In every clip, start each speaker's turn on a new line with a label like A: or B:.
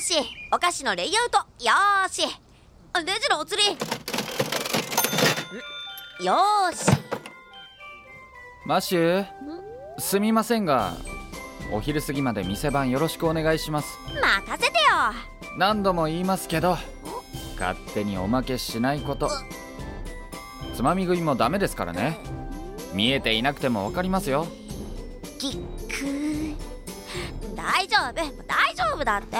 A: しお菓子のレイアウトよーしあレジのお釣りんよーし
B: マシューすみませんがお昼過ぎまで店番よろしくお願いします
A: 任せてよ
B: 何度も言いますけど勝手におまけしないことつまみ食いもダメですからね見えていなくても分かりますよ
A: ぎっくー大丈夫大丈夫だって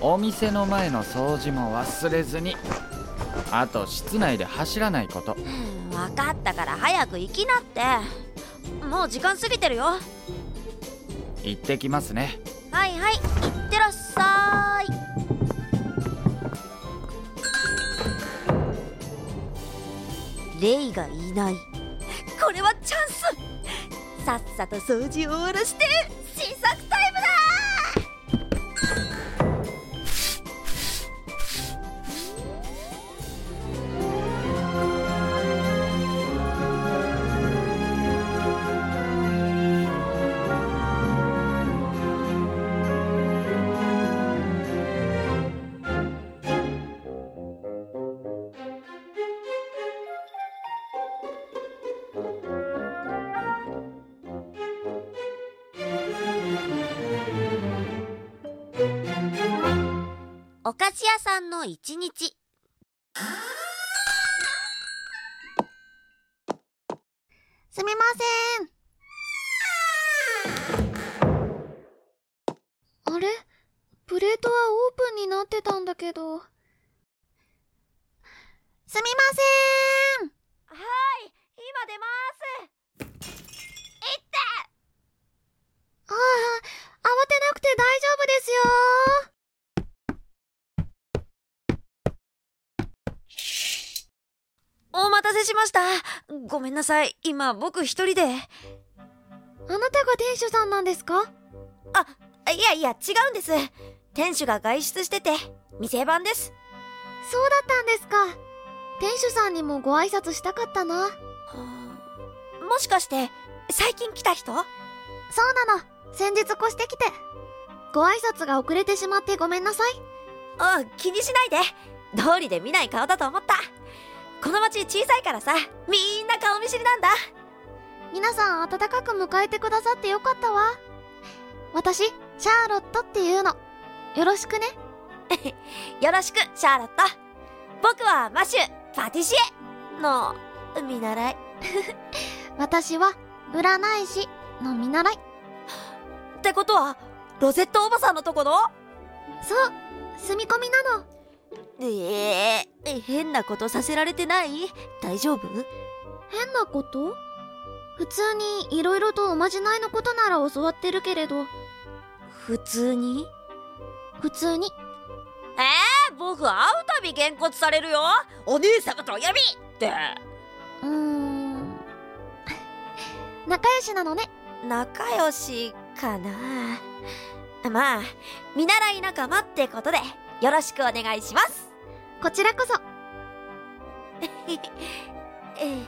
B: お店の前の掃除も忘れずにあと室内で走らないこと
A: うん分かったから早く行きなってもう時間過ぎてるよはい
B: 行ってきますね
A: はい行ってらっしゃいレイがいないこれはチャンスさっさと掃除を終わらして新作タイムだお菓子屋さんの一日すみま
C: あれプレートはオープンになってたんだけど。すみません
A: せんはい今出ます
C: ああ、慌てなくて大丈夫ですよ
A: お待たせしましたごめんなさい今僕一人で
C: あなたが店主さんなんですか
A: あいやいや違うんです店主が外出してて店番です
C: そうだったんですか。店主さんにもご挨拶したかったな。
A: もしかして最近来た人
C: そうなの。先日越してきて。ご挨拶が遅れてしまってごめんなさい。
A: あ気にしないで通りで見ない顔だと思ったこの町小さいからさみんな顔見知りなんだ
C: 皆さん温かく迎えてくださってよかったわ。私、シャーロットっていうの。よろしくね。
A: よろしく、シャーロット。僕はマシュ、パティシエの見習い。
C: 私は、占い師の見習い。
A: ってことは、ロゼットおばさんのとこの
C: そう、住み込みなの。
A: ええ変なことさせられてない大丈夫
C: 変なこと普通に色々とおまじないのことなら教わってるけれど、
A: 普通に
C: 普通に。
A: ええ僕会うたびげんこつされるよお姉様とお呼びって。
C: うーん。 仲良しなのね。
A: 仲良しかなまあ、見習い仲間ってことで、よろしくお願いします
C: こちらこそ。
A: ええ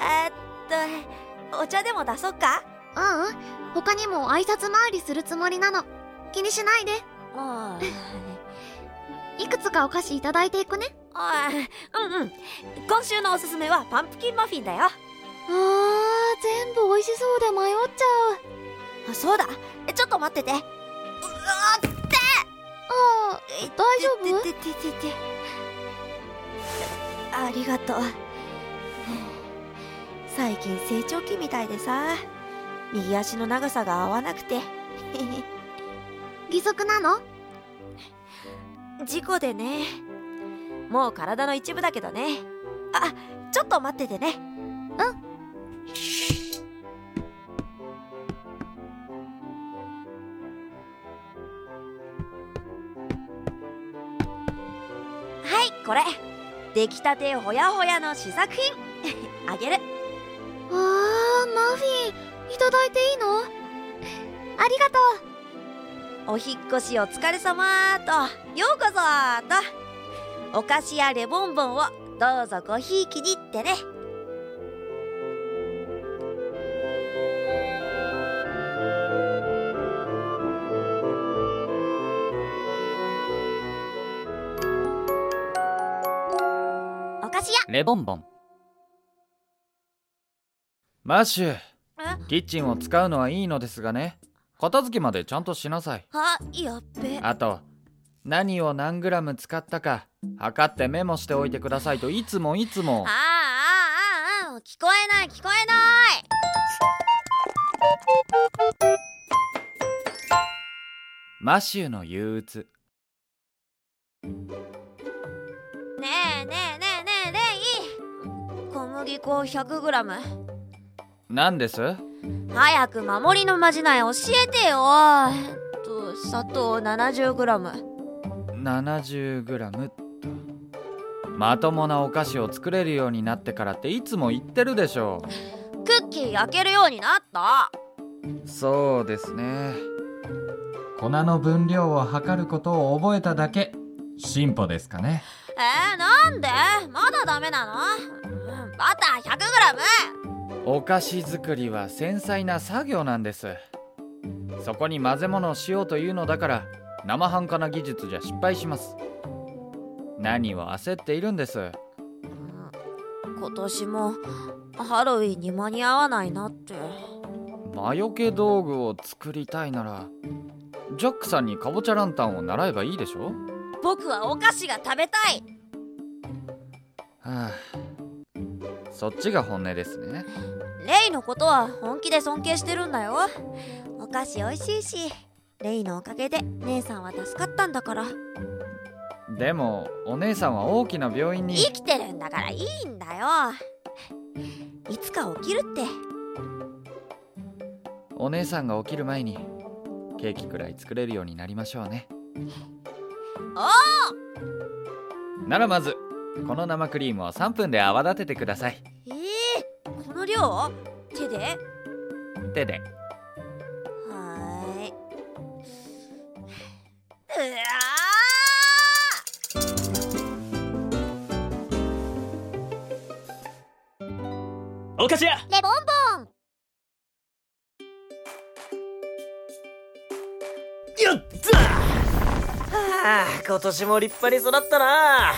A: あっとお茶でも出そっか
C: ううん。他にも挨拶回りするつもりなの。気にしないで。
A: あ
C: いくつかお菓子いただいていくね。
A: あうんうん今週のおすすめはパンプキンマフィンだよ
C: あー、全部美味しそうで迷っちゃう。
A: あそうだちょっと待っててうわ
C: あ
A: え
C: ー、大丈夫
A: てててててありがとう最近成長期みたいでさ右足の長さが合わなくて
C: 義足なの
A: 事故でねもう体の一部だけどねあちょっと待っててねうんはいこれ出来たてほやほやの試作品 あげる
C: あー、マフィン、いただいていいのありがとう。
A: お引っ越しお疲れ様とようこそとお菓子やレボンボンをどうぞごひいきにってね
C: あ菓子屋
B: レボンボンマッシュ
A: え
B: キッチンを使うのはいいのですがね片付けまでちゃんとしなさい
A: あやっべ
B: あと何を何グラム使ったか測ってメモしておいてくださいといつもいつも
A: ああああああ聞こえない聞こえない
B: マシューの憂鬱
A: ねえねえねえねえレイ小麦粉 100g
B: 何です
A: 早く守りのまじない教えてよえっと砂糖 70g
B: 70グラムっとまともなお菓子を作れるようになってからっていつも言ってるでしょ
A: クッキー焼けるようになった
B: うそうですね粉の分量を測ることを覚えただけ進歩ですかね
A: えー、なんでまだダメなの、うんバター 100g
B: お菓子作りは繊細な作業なんですそこに混ぜ物をしようというのだから生半可な技術じゃ失敗します何を焦っているんです
A: 今年もハロウィンに間に合わないなって
B: 魔除け道具を作りたいならジャックさんにかぼちゃランタンを習えばいいでしょ
A: 僕はお菓子が食べたい
B: はあそっちが本音ですね
A: レイのことは本気で尊敬してるんだよお菓子美味しいしレイのおかげで姉さんは助かったんだから
B: でもお姉さんは大きな病院に
A: 生きてるんだからいいんだよいつか起きるって
B: お姉さんが起きる前にケーキくらい作れるようになりましょうねおならまずこの生クリームを3分で泡立ててください
A: えー、この量手では
B: 手
A: ー
B: で
A: いうわ
D: お菓子屋
C: レボンボン
D: よっつぁはあ今年も立派に育ったなあ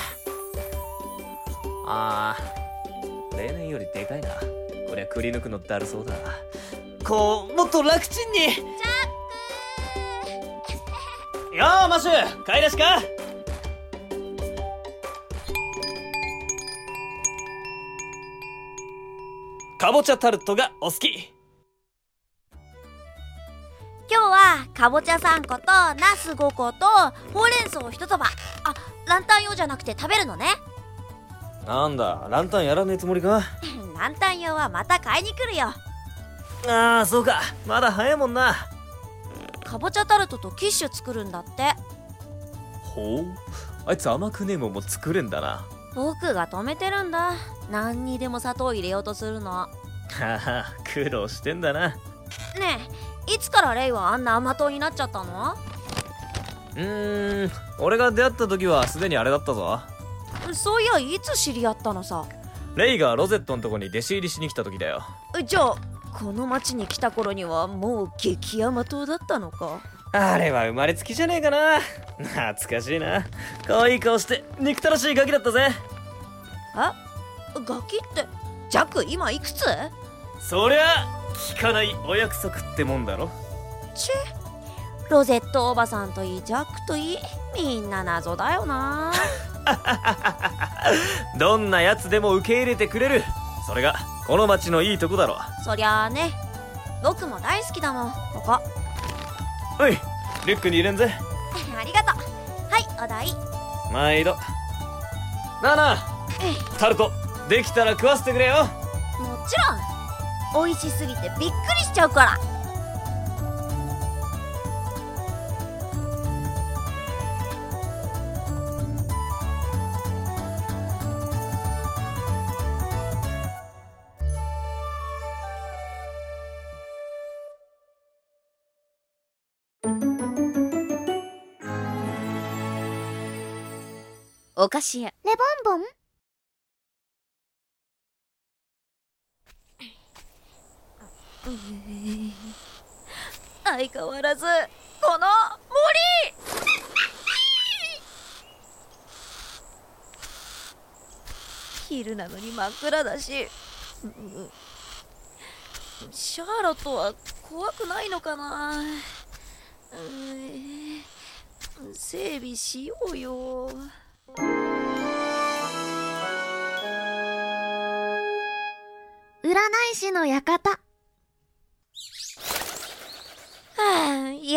D: あー例年よりでかいなこりゃくり抜くのだるそうだこうもっと楽ちんにジャックやあマシュ買い出しかかぼちゃタルトがお好き
A: 今日はかぼちゃ3個とナス5個とほうれん草1束あランタン用じゃなくて食べるのね
D: なんだランタンやらねえつもりか
A: ランタン用はまた買いに来るよ
D: ああそうかまだ早いもんな
A: かぼちゃタルトとキッシュ作るんだって
D: ほうあいつ甘くねえもんも作れんだな
A: 僕が止めてるんだ何にでも砂糖入れようとするの
D: はは苦労してんだな
A: ねえいつからレイはあんな甘党になっちゃったの
D: うーん俺が出会った時はすでにあれだったぞ
A: そういやいつ知り合ったのさ
D: レイがロゼットのとこに弟子入りしに来た時だよ
A: えじゃあこの町に来た頃にはもう激甘党だったのか
D: あれは生まれつきじゃねえかな懐かしいな可愛い顔して憎たらしいガキだったぜ
A: えガキってジャック今いくつ
D: そりゃ聞かないお約束ってもんだろ
A: ちぇロゼットおばさんといいジャックといいみんな謎だよな
D: どんなやつでも受け入れてくれるそれがこの町のいいとこだろ
A: そりゃあね僕も大好きだもんこ こ
D: おいリュックに入れんぜ
A: ありがとうはいお題
D: 毎度なあなあタルトできたら食わせてくれよ
A: もちろん美味しすぎてびっくりしちゃうからお菓子屋
C: レボンボン
A: 相変わらずこの森ひ昼なのに真っ暗だしうんシャーロットは怖くないのかなうん整備しようよ
C: 占い師の館。
A: はあやっと抜け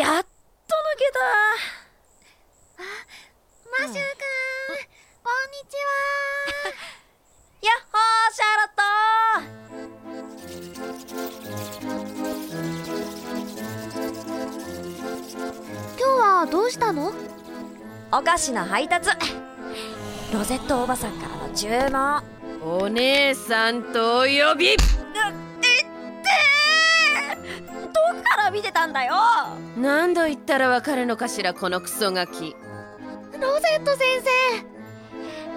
A: た
C: マシューくん、こんにちは。
A: やっほーシャーロット
C: 今日はどうしたの
A: お菓子の配達ロゼットおばさんからの注文
E: お姉さんとお呼び
A: どっから見てたんだよ
E: 何度言ったらわかるのかしらこのクソガ
C: ロ
E: キ
C: ゼット先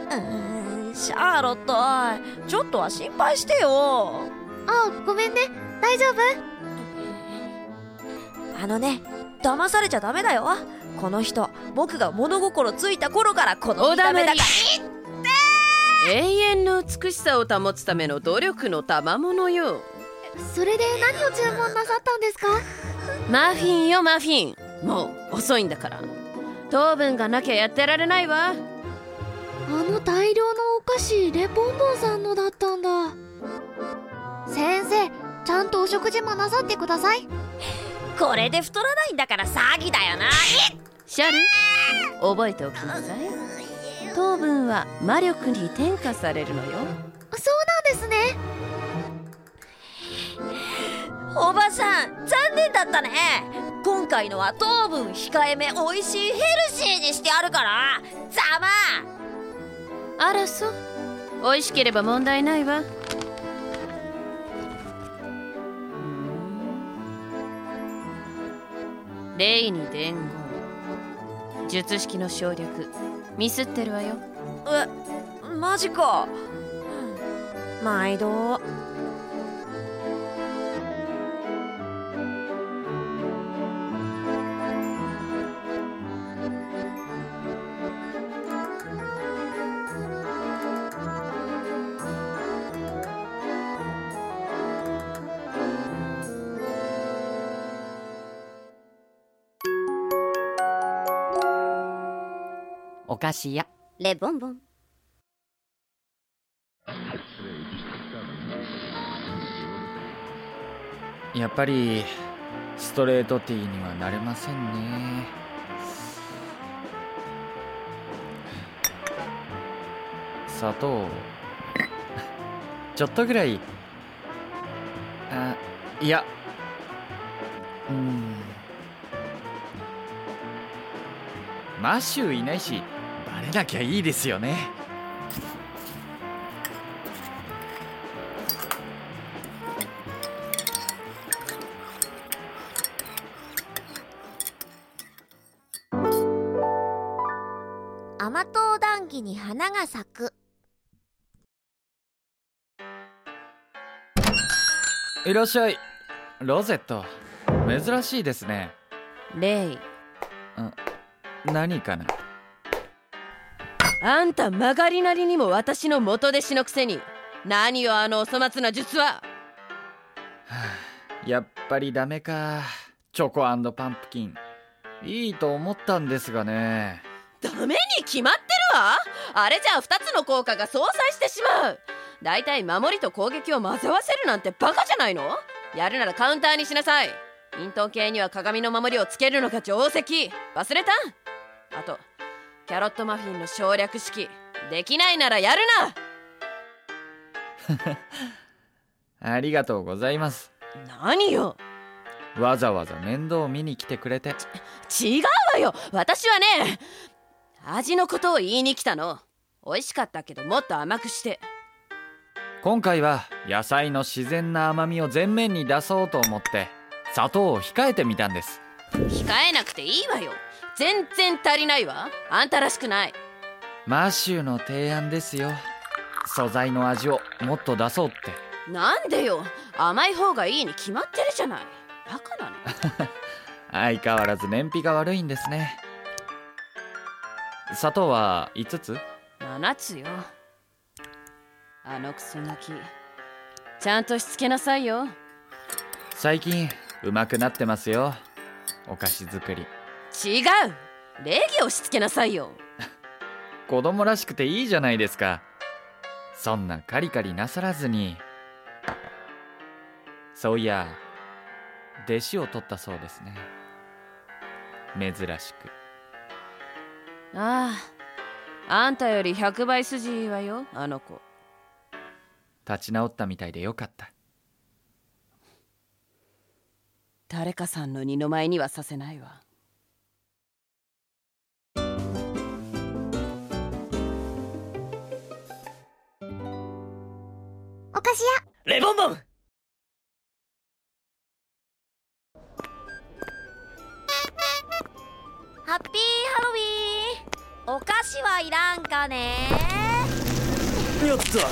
C: 生。
A: うーんシャーロットちょっとは心配してよ
C: あ、ごめんね。大丈夫
A: あのね騙されちゃダメだよこの人僕が物心ついた頃からこの
E: お
A: 見た
E: だ
A: 目
E: ま
A: だ
E: り
A: から
E: 永遠の美しさを保つための努力の賜物よ
C: それで何を注文なさったんですか
E: マフィンよマフィンもう遅いんだから糖分がなきゃやってられないわ
C: あの大量のお菓子レポンボンさんのだったんだ先生ちゃんとお食事もなさってください
A: これで太らないんだから詐欺だよな
E: シャル覚えておきなさい糖分は魔力に転化されるのよ
C: そうなんですね
A: おばさん残念だったね今回のは糖分控えめ美味しいヘルシーにしてあるからざま
E: あらそう美味しければ問題ないわレイに伝言術式の省略ミスってるわよ
A: えマジかうん毎度
F: お菓子屋
A: レボンボン
B: やっぱりストレートティーにはなれませんね砂糖ちょっとぐらいあいやうんマシューいないしバレなきゃいいですよね
A: 甘党談義に花が咲く
B: いらっしゃいロゼット珍しいですね
E: レイ
B: 何かな
E: あんた曲がりなりにも私の元弟子のくせに何よあのお粗末な術は
B: やっぱりダメかチョコパンプキンいいと思ったんですがね
E: ダメに決まってるわあれじゃあ2つの効果が相殺してしまうだいたい守りと攻撃を混ぜ合わせるなんてバカじゃないのやるならカウンターにしなさい咽頭系には鏡の守りをつけるのが定石忘れたあとキャロットマフィンの省略式できないならやる
B: ありがとうございます
E: な何よ
B: わざわざ面倒見に来てくれて
E: 違うわよ私はね味のことを言いに来たの美味しかったけどもっと甘くして
B: 今回は野菜の自然な甘みを前面に出そうと思って砂糖を控えてみたんです
E: 控えなくていいわよ全然足りないわあんたらしくない
B: マシューの提案ですよ素材の味をもっと出そうって
E: なんでよ甘い方がいいに決まってるじゃないバカなの
B: 相変わらず燃費が悪いんですね砂糖は5つ
E: 7つよあのクソガキちゃんとしつけなさいよ
B: 最近うまくなってますよお菓子作り
E: 違う礼儀をしつけなさいよ
B: 子供らしくていいじゃないですかそんなカリカリなさらずにそういや弟子を取ったそうですね珍しく
E: あああんたより100倍筋いいわよあの子
B: 立ち直ったみたいでよかった
E: 誰かさんの二の舞にはさせないわ
C: お菓子屋
D: レボンボン
A: ハッピーハロウィンお菓子はいらんかね
D: よっと
A: ジャッ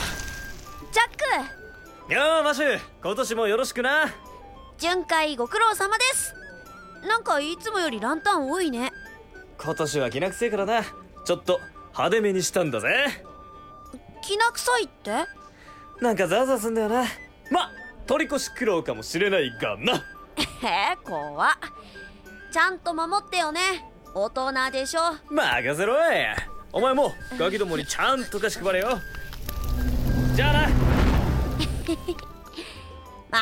A: ク
D: よーマシュ今年もよろしくな
A: 巡回ご苦労様ですなんかいつもよりランタン多いね
D: 今年はきな臭いからなちょっと派手めにしたんだぜ
A: きな臭いって
D: なんかザワザワすんだよなまあ取り越し苦労かもしれないがな
A: へえ怖っちゃんと守ってよね大人でしょ
D: 任せろいお前もガキどもにちゃんとかしくばれよじゃあな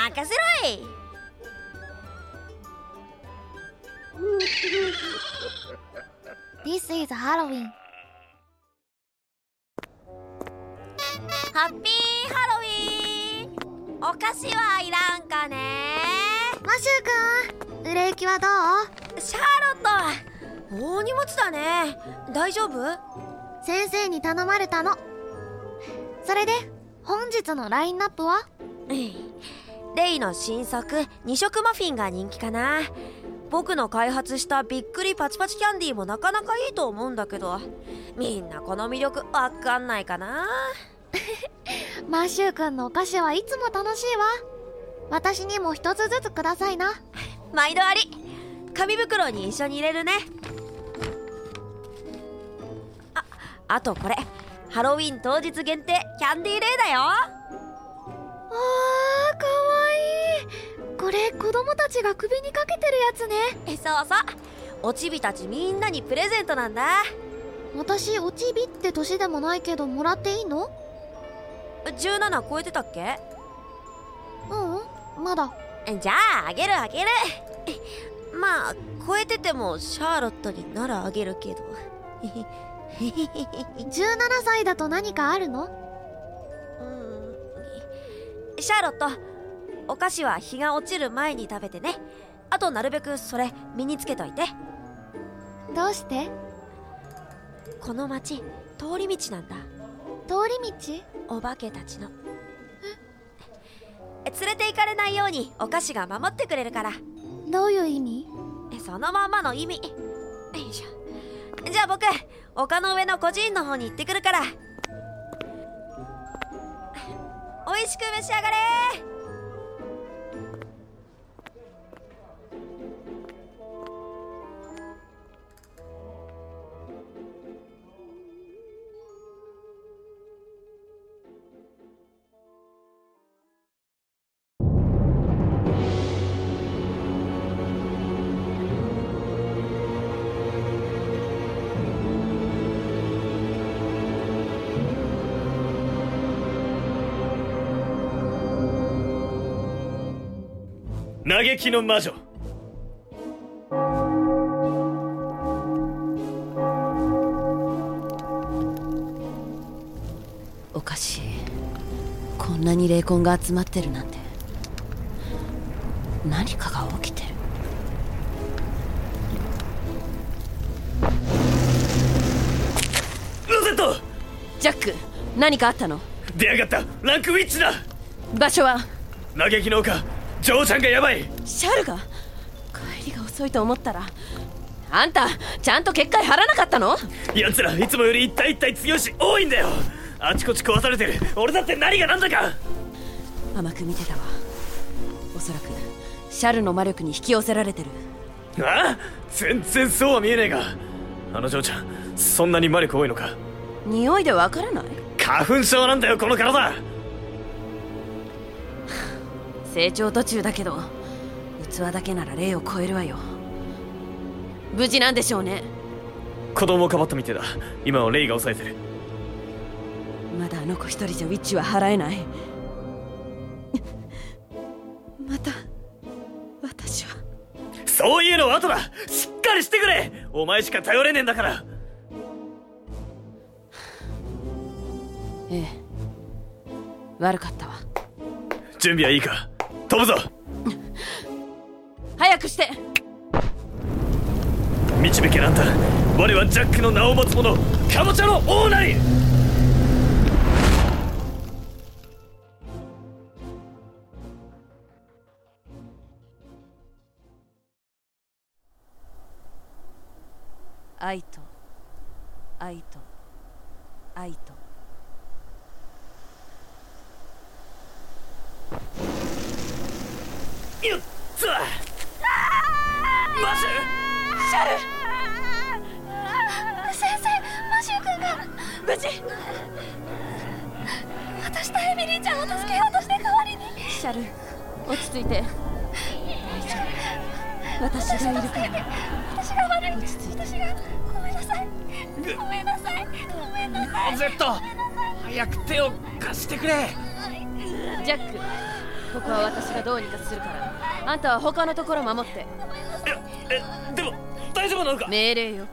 A: 任せろい
C: 「This is Halloween
A: ハッピーハロウィンお菓子はいらんかね」
C: マシュー君売れ行きはどう
A: シャーロット大荷物だね大丈夫
C: 先生に頼まれたのそれで本日のラインナップは
A: レイの新作二色マフィンが人気かな僕の開発したびっくりパチパチキャンディーもなかなかいいと思うんだけどみんなこの魅力わかんないかな
C: マシュー君のお菓子はいつも楽しいわ私にも一つずつくださいな
A: 毎度あり紙袋に一緒に入れるねああとこれハロウィン当日限定キャンディーレイだよ
C: あーかわいいこれ子供たちが首にかけてるやつね
A: えそうそうおちびたちみんなにプレゼントなんだ
C: 私おちびって年でもないけどもらっていいの
A: 17超えてたっけ
C: ううんまだ
A: じゃああげるあげる まあ超えててもシャーロットにならあげるけど
C: 17歳だと何かあるの
A: うんシャーロットお菓子は日が落ちる前に食べてねあとなるべくそれ身につけといて
C: どうして
A: この町通り道なんだ
C: 通り道
A: お化けたちの え連れて行かれないようにお菓子が守ってくれるから
C: どういう意味
A: えそのまんまの意味よいしょじゃあ僕丘の上の孤児院の方に行ってくるから美味しく召し上がれ
D: 嘆きの魔女
E: おかしいこんなに霊魂が集まってるなんて何かが起きてる
D: ロゼット
E: ジャック何かあったの
D: 出やがったランクウィッチだ
E: 場所は
D: 嘆きの丘嬢ちゃんがやばい
E: シャルが帰りが遅いと思ったらあんたちゃんと結界張らなかったの
D: 奴らいつもより一体一体強いし多いんだよあちこち壊されてる俺だって何が何だか
E: 甘く見てたわおそらくシャルの魔力に引き寄せられてる
D: あ全然そうは見えねえがあの嬢ちゃんそんなに魔力多いのか
E: 匂いでわからない
D: 必花粉症なんだよこの体
E: 成長途中だけど器だけなら霊を超えるわよ無事なんでしょうね
D: 子供をかばったみてえだ今はレイが抑えてる
E: まだあの子一人じゃウィッチは払えないまた私は
D: そういうのは後だしっかりしてくれお前しか頼れねえんだから
E: ええ悪かったわ
D: 準備はいいか飛ぶぞ
E: 早くして
D: 導けなんだ我はジャックの名を持つ者カボチャの王なり
E: 愛と愛と愛と
D: よっつわマシ
E: シャル
C: 先生マシュー君が
E: 無事
C: 私とエミリーちゃんを助けようとして代わりに
E: シャル落ち着いて大丈夫私がいるから
C: 私が悪い私がごめんなさいごめんなさいごめんなさい
B: ロゼット早く手を貸してくれ
E: ジャックここは私がどうにかするからあんたは他のところ守っ
D: ュ
E: て
D: えでも大丈夫なのかあ
E: 命令よ
D: こ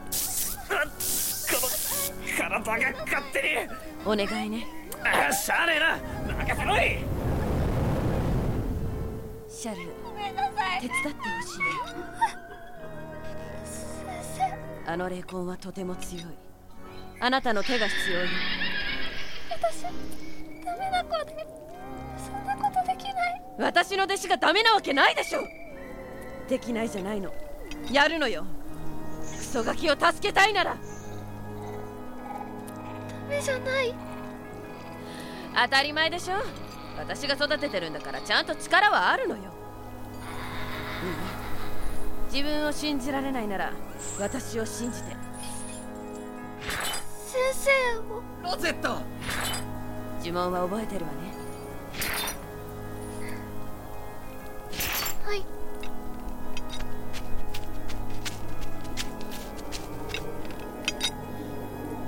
D: の体が勝手に
E: お願いね
D: あしゃあねえな任せろい
E: シャル手伝ってほしいあの霊魂はとても強いあなたの手が必要よ
C: ダメな子でそんなことできない
E: 私の弟子がダメなわけないでしょできないじゃないのやるのよクソガキを助けたいなら
C: ダメじゃない
E: 当たり前でしょ私が育ててるんだからちゃんと力はあるのよ、うん自分を信じられないなら私を信じて
C: 先生を
B: ロゼット
E: 呪文は覚えてるわね
C: はい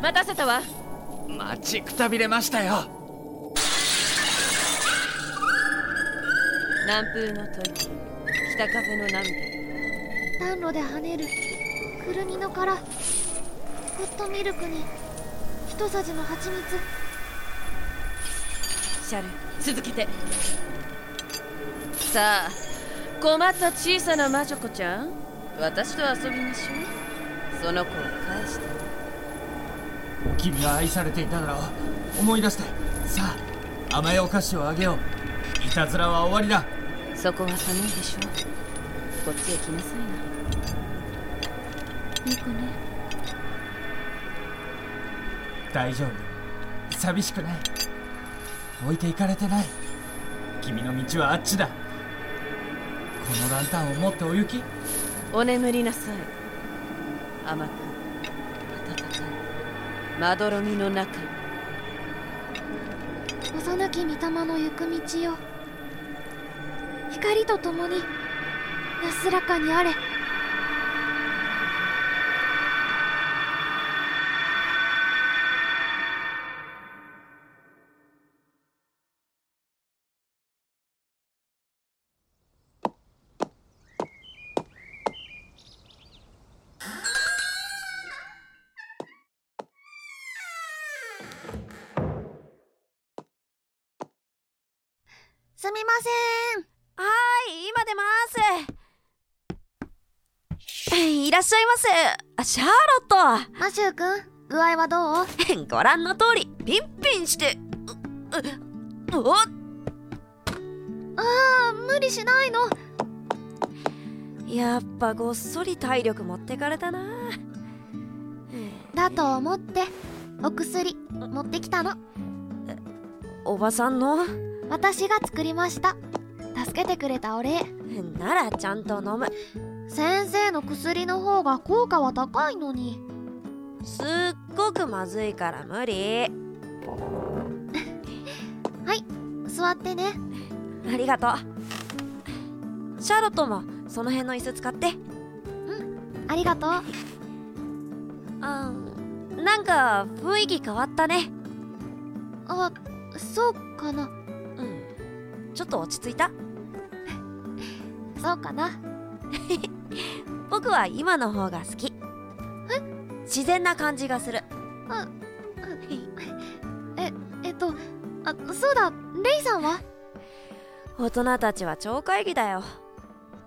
E: 待たせたわ
B: 待ちくたびれましたよ
E: 南風の吐息北風の涙
C: 暖炉で跳ねるくるみの殻ホットミルクに一さじの蜂蜜
E: シャル続けてさあ困った小さな魔女子ちゃん私と遊びましょうその子を返して
B: 君が愛されていたなら思い出してさあ甘いお菓子をあげよういたずらは終わりだ
E: そこは寒いでしょこっちへ来なさいないい子ね
B: 大丈夫寂しくない置いていかれてない君の道はあっちだこのランタンを持ってお行き
E: お眠りなさい甘く温かいまどろみの中
C: 幼き御霊の行く道よ光とともに安らかにあれすみません
A: はーい、今出ます。いらっしゃいませ。あシャーロッ
C: マシュー君具合はどう
A: ト。ご覧の通り、ピンピンして。ううお
C: ああ無理しないの
A: やっぱごっそり体力持ってかれたな。
C: だと思ってお薬持ってきたの
A: おばさんの
C: 私が作りました助けてくれたお礼
A: ならちゃんと飲む。
C: 先生の薬の方が効果は高いのに
A: すっごくまずいから無理。
C: 座ってね
A: ありがとうシャーロットもその辺の椅子使って
C: ありがとう
A: あなんか雰囲気変わったね
C: あそうかな
A: うんちょっと落ち着いた
C: そうかな
A: 僕は今の方が好き自然な感じがする
C: えっとあそうだレイさんは
A: 大人たちは超会議だよ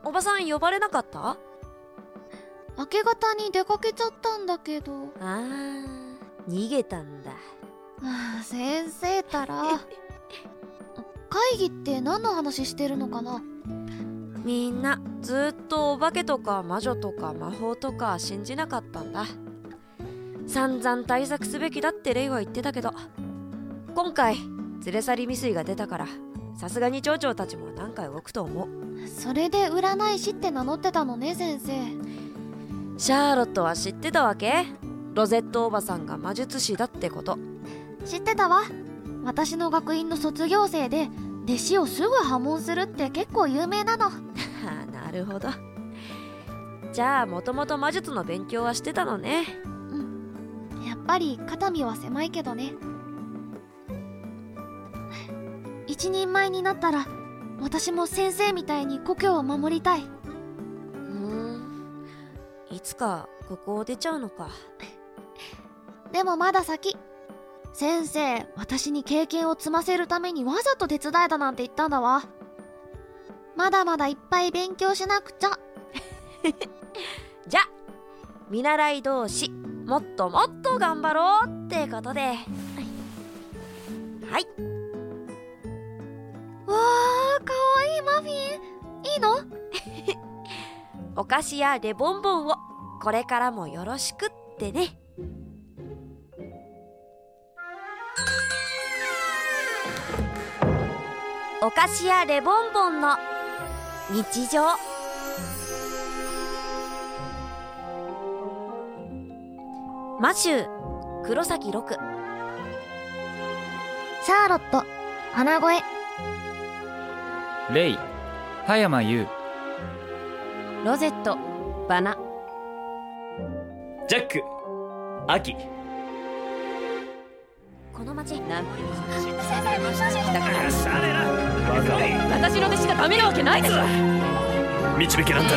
A: おばさん呼ばれなかった
C: 明け方に出かけちゃったんだけど
A: あー逃げたんだ
C: まあ先生ったら会議って何の話してるのかな
A: みんなずっとお化けとか魔女とか魔法とか信じなかったんだ散々対策すべきだってレイは言ってたけど今回連れ去り未遂が出たからさすがに町長たちも何回動くと思う
C: それで占い師って名乗ってたのね先生
A: シャーロットは知ってたわけロゼットおばさんが魔術師だってこと
C: 知ってたわ私の学院の卒業生で弟子をすぐ破門するって結構有名なの
A: あーなるほどじゃあもともと魔術の勉強はしてたのね
C: やっぱり肩身は狭いけどね一人前になったら私も先生みたいに故郷を守りたいう
A: ーんいつかここを出ちゃうのか
C: でもまだ先先生私に経験を積ませるためにわざと手伝えだなんて言ったんだわまだまだいっぱい勉強しなくちゃ
A: じゃ見習い同士もっともっと頑張ろうってことではい
C: わあかわいいマフィンいいの
A: お菓子やレボンボンをこれからもよろしくってねお菓子やレボンボンの日常マシュー黒崎六
C: シャーロット花声
B: レイ葉山優
E: ロゼットバナ
D: ジャック秋
A: この町
E: ナンプ
D: シャレなバカ
E: 私の弟子がダメなわけないでしょ
D: 導きなんだ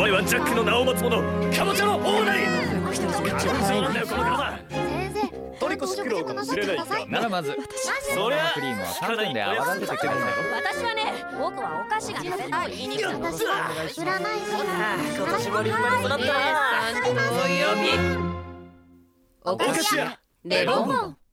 D: ワイはジャックの名を持つ者カボチャの王なりカボチャなんだよこの体
C: 先生
D: トリコスクロールを知れないか
B: ならまず
D: そりゃ
B: クリームは3分で泡立ててください
E: 私はね
A: 僕はお菓子が食べたい
C: 私は占い師
D: 今年も立派に育ったな
E: お呼び
D: お菓子や
E: レボンボン